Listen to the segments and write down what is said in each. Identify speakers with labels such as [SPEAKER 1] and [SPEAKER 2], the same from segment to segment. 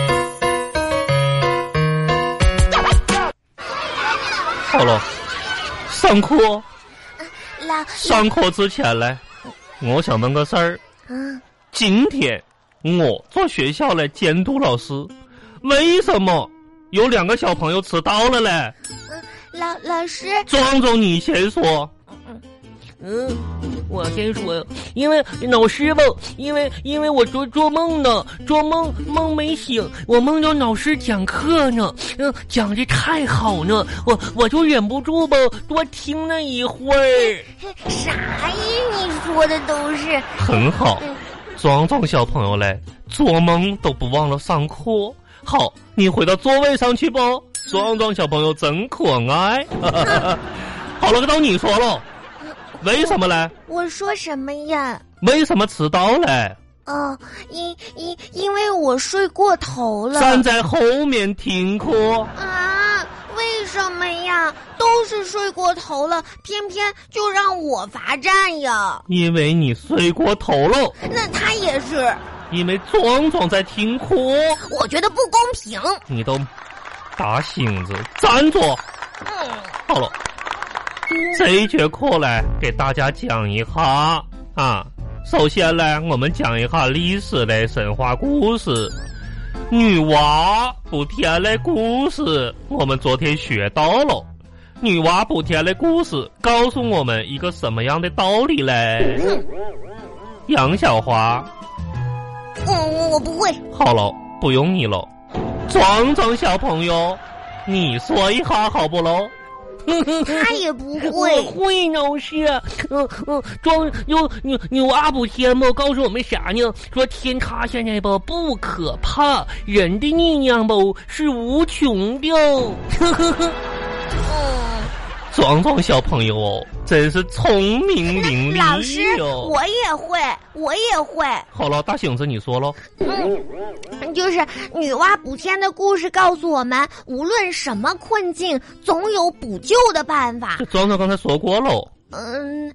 [SPEAKER 1] 上课，
[SPEAKER 2] 老
[SPEAKER 1] 上课之前呢，我想问个事儿。
[SPEAKER 2] 嗯，
[SPEAKER 1] 今天我做学校来监督老师，为什么有两个小朋友迟到了嘞？
[SPEAKER 2] 老老师，
[SPEAKER 1] 壮壮，你先说。
[SPEAKER 3] 嗯，我先说，因为老师傅，因为因为我做做梦呢，做梦梦没醒，我梦到老师讲课呢，嗯，讲的太好呢，我我就忍不住吧，多听了一会儿。
[SPEAKER 2] 啥呀？你说的都是
[SPEAKER 1] 很好，壮壮小朋友嘞，做梦都不忘了上课。好，你回到座位上去吧。壮壮小朋友真可爱。 好了，到你说了，为什么嘞？
[SPEAKER 2] 我说什么呀？
[SPEAKER 1] 为什么迟到嘞？
[SPEAKER 2] 哦，因因因为我睡过头了
[SPEAKER 1] 站在后面听课，
[SPEAKER 2] 啊？为什么呀？都是睡过头了，偏偏就让我罚站呀？
[SPEAKER 1] 因为你睡过头了，
[SPEAKER 2] 那他也是，
[SPEAKER 1] 因为壮壮在听课，
[SPEAKER 2] 我觉得不公平。
[SPEAKER 1] 你都打醒子站住。
[SPEAKER 2] 嗯，
[SPEAKER 1] 好了，这一节课呢，给大家讲一下啊。首先呢，我们讲一下历史的神话故事，女娲补天的故事。我们昨天学到了，女娲补天的故事告诉我们一个什么样的道理嘞？杨小华，
[SPEAKER 2] 我我我不会。
[SPEAKER 1] 好了，不用你了。壮壮小朋友，你说一下好不喽？
[SPEAKER 2] 他也不
[SPEAKER 3] 我
[SPEAKER 2] 会。
[SPEAKER 3] 会老师，嗯嗯，装有牛牛阿补天吧，告诉我们啥呢？说天塌下来吧不可怕，人的力量吧是无穷的。呵呵呵。
[SPEAKER 2] 嗯，
[SPEAKER 1] 壮壮小朋友哦，真是聪明伶俐哟、哦
[SPEAKER 2] 老师，我也会，我也会。
[SPEAKER 1] 好了，大醒子，你说喽。
[SPEAKER 2] 就是女娲补天的故事告诉我们，无论什么困境，总有补救的办法
[SPEAKER 1] 这。壮壮刚才说过喽，
[SPEAKER 2] 嗯嗯，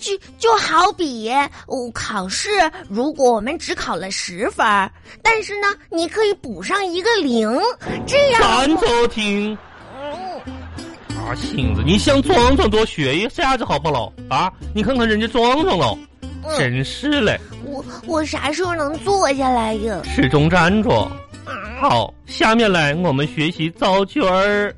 [SPEAKER 2] 就就好比、哦、考试，如果我们只考了十分儿，但是呢，你可以补上一个零，这样
[SPEAKER 1] 咱就听。
[SPEAKER 2] 嗯
[SPEAKER 1] 大醒子，你向壮壮多学一下子好不好？啊，你看看人家壮壮喽，
[SPEAKER 2] 嗯，
[SPEAKER 1] 真是嘞，
[SPEAKER 2] 我我啥时候能坐下来呀？
[SPEAKER 1] 始终站着。好，下面来我们学习造句儿。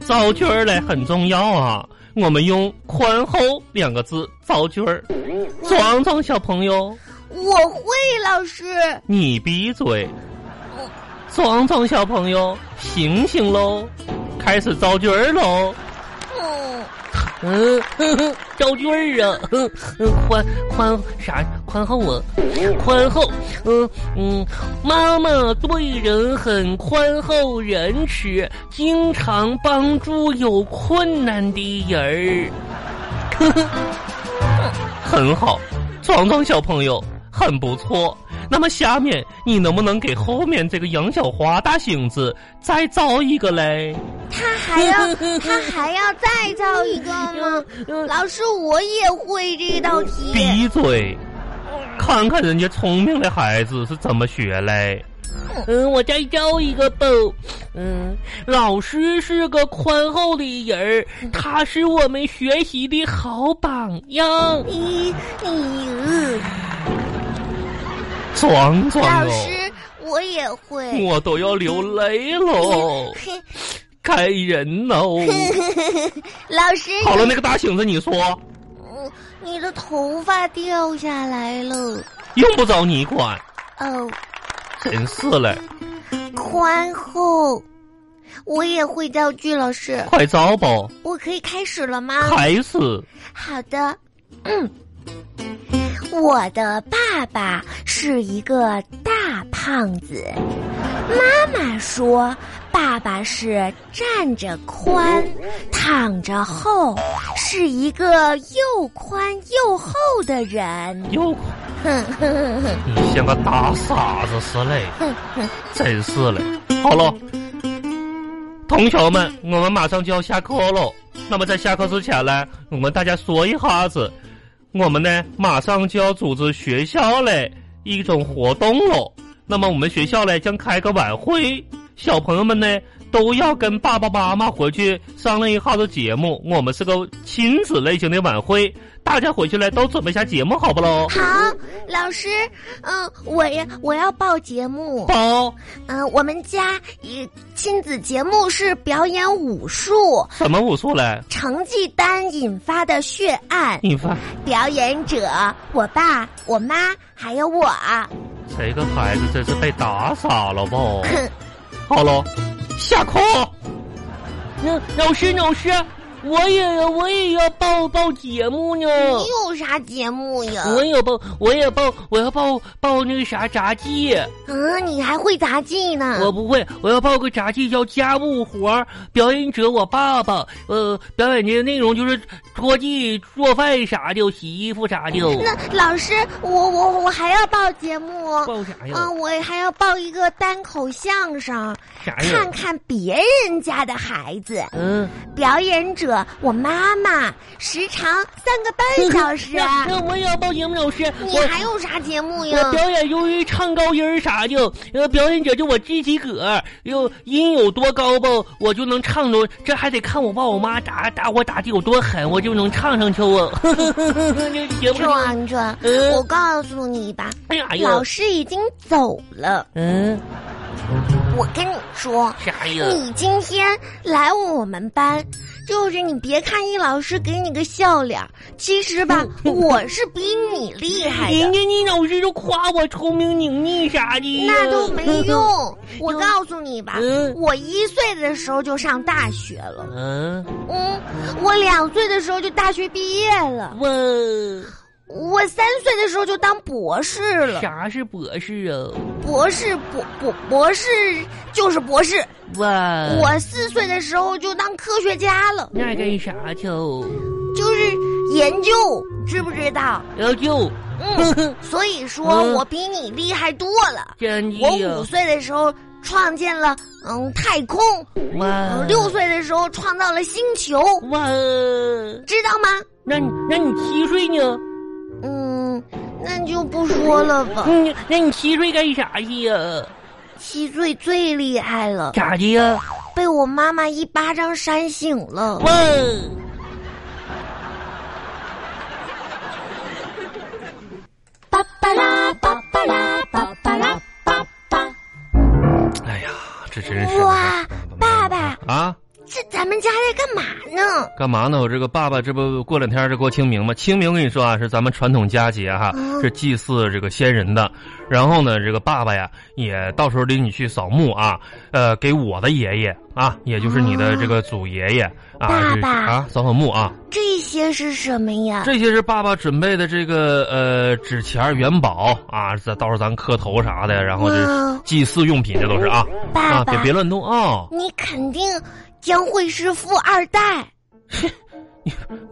[SPEAKER 1] 造句儿嘞很重要啊，我们用“宽厚”两个字造句儿。
[SPEAKER 2] 嗯
[SPEAKER 1] 壮壮小朋友，
[SPEAKER 2] 我会，老师，
[SPEAKER 1] 你闭嘴
[SPEAKER 2] 嗯！
[SPEAKER 1] 壮壮小朋友，醒醒喽，开始造句儿喽！
[SPEAKER 2] 嗯。
[SPEAKER 3] 嗯，哼哼，赵军儿啊，哼嗯，宽宽啥宽厚啊，宽厚，嗯嗯，妈妈对人很宽厚仁慈，经常帮助有困难的人儿。呵呵，
[SPEAKER 1] 很好，壮壮小朋友很不错。那么下面你能不能给后面这个杨小花大醒子再造一个嘞？
[SPEAKER 2] 他还要他还要再造一个吗？
[SPEAKER 3] 嗯
[SPEAKER 2] 老师，我也会这道题。
[SPEAKER 1] 闭嘴！看看人家聪明的孩子是怎么学嘞。
[SPEAKER 3] 嗯，我再招一个吧。嗯，老师是个宽厚的人儿，他是我们学习的好榜样。
[SPEAKER 2] 咦咦，
[SPEAKER 1] 壮壮
[SPEAKER 2] 嗯老
[SPEAKER 1] 哦，
[SPEAKER 2] 师，我也会。
[SPEAKER 1] 我都要流泪 喽，
[SPEAKER 2] 嘿
[SPEAKER 1] 该人喽。
[SPEAKER 2] 老师，
[SPEAKER 1] 好了，那个大醒子，你说。
[SPEAKER 2] 嗯你的头发掉下来了。
[SPEAKER 1] 用不着你管，
[SPEAKER 2] 哦，
[SPEAKER 1] 真是嘞！
[SPEAKER 2] 宽厚，我也会造句。老师，
[SPEAKER 1] 快招吧，
[SPEAKER 2] 我可以开始了吗？
[SPEAKER 1] 开始。
[SPEAKER 2] 好的，嗯，我的爸爸是一个大胖子，妈妈说爸爸是站着宽，躺着厚，是一个又宽又厚的人。
[SPEAKER 1] 又，
[SPEAKER 2] 哼哼哼哼，
[SPEAKER 1] 你像个大傻子似 嘞，真是嘞！好了，同学们，我们马上就要下课喽。那么在下课之前呢，我们大家说一下子，我们呢马上就要组织学校嘞一种活动喽。那么我们学校嘞将开个晚会，小朋友们呢都要跟爸爸妈妈回去商量一下的节目。我们是个亲子类型的晚会，大家回去来都准备一下节目，好不喽？
[SPEAKER 2] 好，老师，嗯、我要我要报节目。
[SPEAKER 1] 包
[SPEAKER 2] 嗯、我们家一亲子节目是表演武术，
[SPEAKER 1] 什么武术嘞？
[SPEAKER 2] 成绩单引发的血案。
[SPEAKER 1] 你发
[SPEAKER 2] 表演者，我爸、我妈还有 我。
[SPEAKER 1] 这个孩子真是被打傻了吧？好喽，下课。
[SPEAKER 3] 那老师，老师，我也我也要报报节目呢。
[SPEAKER 2] 你有啥节目呀？
[SPEAKER 3] 我也报，我也报，我要报报那个啥杂技。
[SPEAKER 2] 嗯，你还会杂技呢？
[SPEAKER 3] 我不会，我要报个杂技叫家务活儿，表演者我爸爸。呃，表演的内容就是拖地、做饭啥的，洗衣服啥的。
[SPEAKER 2] 那老师，我我我还要报节目。
[SPEAKER 3] 报啥呀？
[SPEAKER 2] 嗯，我还要报一个单口相声，
[SPEAKER 3] 啥呀
[SPEAKER 2] 看？看别人家的孩子。
[SPEAKER 3] 嗯，
[SPEAKER 2] 表演者，我妈妈，时长三个半小时。
[SPEAKER 3] 那那我也要报节目，老师，
[SPEAKER 2] 啊你
[SPEAKER 3] 我
[SPEAKER 2] 还有啊啥节目呀
[SPEAKER 3] 我？表演由于唱高音儿啥的，呃，表演者就我自己个儿，又音有多高吧，我就能唱多。这还得看我爸我妈打打我打的有多狠，我就 能唱上去哦。这个节目就，
[SPEAKER 2] 壮壮，
[SPEAKER 3] 嗯
[SPEAKER 2] 我告诉你吧，
[SPEAKER 3] 哎呀哎呀
[SPEAKER 2] 啊老，师已经走了。
[SPEAKER 3] 嗯，
[SPEAKER 2] 我跟你说，
[SPEAKER 3] 啥呀？
[SPEAKER 2] 你今天来我们班，就是你别看易老师给你个笑脸儿，其实 吧，我是比你厉害的，
[SPEAKER 3] 人家你老师都夸我聪明伶俐啥的，
[SPEAKER 2] 那都没用。。 我告诉你吧
[SPEAKER 3] 嗯，
[SPEAKER 2] 我一岁的时候就上大学了，
[SPEAKER 3] 嗯，
[SPEAKER 2] 嗯，我两岁的时候就大学毕业了，
[SPEAKER 3] 我
[SPEAKER 2] 我三岁的时候就当博士了，
[SPEAKER 3] 啥是博士啊？
[SPEAKER 2] 博士博博博士就是博士，
[SPEAKER 3] 我
[SPEAKER 2] 我四岁的时候就当科学家了，
[SPEAKER 3] 那干啥去？
[SPEAKER 2] 就是研究，知不知道？
[SPEAKER 3] 要就
[SPEAKER 2] 嗯， 所以说
[SPEAKER 3] 嗯哎
[SPEAKER 2] 我比你厉害多了。
[SPEAKER 3] 真的
[SPEAKER 2] 我
[SPEAKER 3] 呀
[SPEAKER 2] 五岁的时候创建了嗯太空，
[SPEAKER 3] 哇
[SPEAKER 2] 嗯六岁的时候创造了星球，
[SPEAKER 3] 哇，
[SPEAKER 2] 知道吗？
[SPEAKER 3] 那你那你七岁呢？
[SPEAKER 2] 嗯，那就不说了吧。
[SPEAKER 3] 嗯，那你七岁干啥去呀？
[SPEAKER 2] 七岁最厉害了，
[SPEAKER 3] 咋的呀？
[SPEAKER 2] 被我妈妈一巴掌扇醒了。
[SPEAKER 3] 哇，
[SPEAKER 2] 巴巴拉巴巴拉巴巴拉巴巴。
[SPEAKER 1] 哎呀，这真是
[SPEAKER 2] 哇，爸爸，
[SPEAKER 1] 啊！
[SPEAKER 2] 这咱们家在干嘛呢？
[SPEAKER 1] 干嘛呢？我这个爸爸，这不过两天这过清明嘛？清明我跟你说啊，是咱们传统佳节哈，
[SPEAKER 2] 嗯
[SPEAKER 1] 是祭祀这个先人的。然后呢，这个爸爸呀，也到时候领你去扫墓啊，呃，给我的爷爷啊，也就是你的这个祖爷爷啊，
[SPEAKER 2] 爸
[SPEAKER 1] 这
[SPEAKER 2] 哦爸
[SPEAKER 1] 啊，扫扫墓啊。
[SPEAKER 2] 这些是什么呀？
[SPEAKER 1] 这些是爸爸准备的这个呃纸钱儿、元宝啊，咱到时候咱磕头啥的，然后这
[SPEAKER 2] 哇
[SPEAKER 1] 祭祀用品这都是啊
[SPEAKER 2] 爸
[SPEAKER 1] 啊，
[SPEAKER 2] 爸
[SPEAKER 1] 别别乱动啊。
[SPEAKER 2] 你肯定将会是富二代。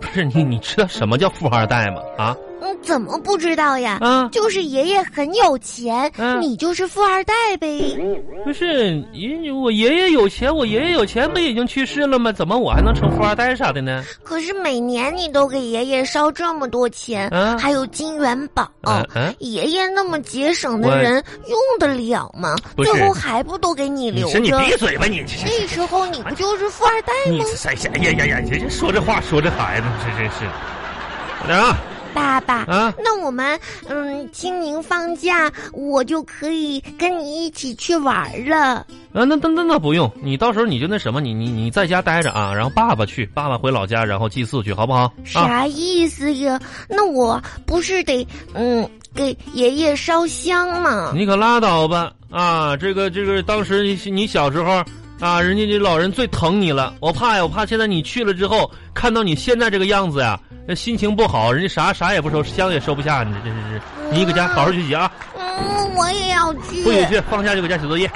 [SPEAKER 1] 不是你，你知道什么叫富二代吗？啊
[SPEAKER 2] 嗯，怎么不知道呀？
[SPEAKER 1] 啊，
[SPEAKER 2] 就是爷爷很有钱，
[SPEAKER 1] 嗯
[SPEAKER 2] 你就是富二代呗。
[SPEAKER 1] 不是，你我爷爷有钱，我爷爷有钱不已经去世了吗？怎么我还能成富二代啥的呢？
[SPEAKER 2] 可是每年你都给爷爷烧这么多钱，
[SPEAKER 1] 嗯
[SPEAKER 2] 还有金元宝，
[SPEAKER 1] 嗯嗯，
[SPEAKER 2] 爷爷那么节省
[SPEAKER 1] 我
[SPEAKER 2] 的人用得了吗？
[SPEAKER 1] 不是
[SPEAKER 2] 最后还不都给你
[SPEAKER 1] 你
[SPEAKER 2] 留
[SPEAKER 1] 是你
[SPEAKER 2] 着？
[SPEAKER 1] 闭嘴吧你！这
[SPEAKER 2] 那时候你不就是富二代
[SPEAKER 1] 你
[SPEAKER 2] 吗？
[SPEAKER 1] 这哎呀呀呀！这这说这话说这孩子，这真是。啊
[SPEAKER 2] 爸爸，
[SPEAKER 1] 啊！
[SPEAKER 2] 那我们嗯，清明放假我就可以跟你一起去玩了。
[SPEAKER 1] 啊，那那那那不用，你到时候你就那什么，你你你在家待着啊，然后爸爸去，爸爸回老家，然后祭祀去，好不好？啊，
[SPEAKER 2] 啥意思呀？那我不是得嗯给爷爷烧香吗？
[SPEAKER 1] 你可拉倒吧！啊，这个这个，当时你你小时候啊，人家这老人最疼你了，我怕呀，我怕现在你去了之后，看到你现在这个样子呀，那心情不好，人家啥啥也不收，香也收不下，你这真是，你搁家好好学习啊，
[SPEAKER 2] 嗯，我也要去。
[SPEAKER 1] 不许去，放假就搁家写作业。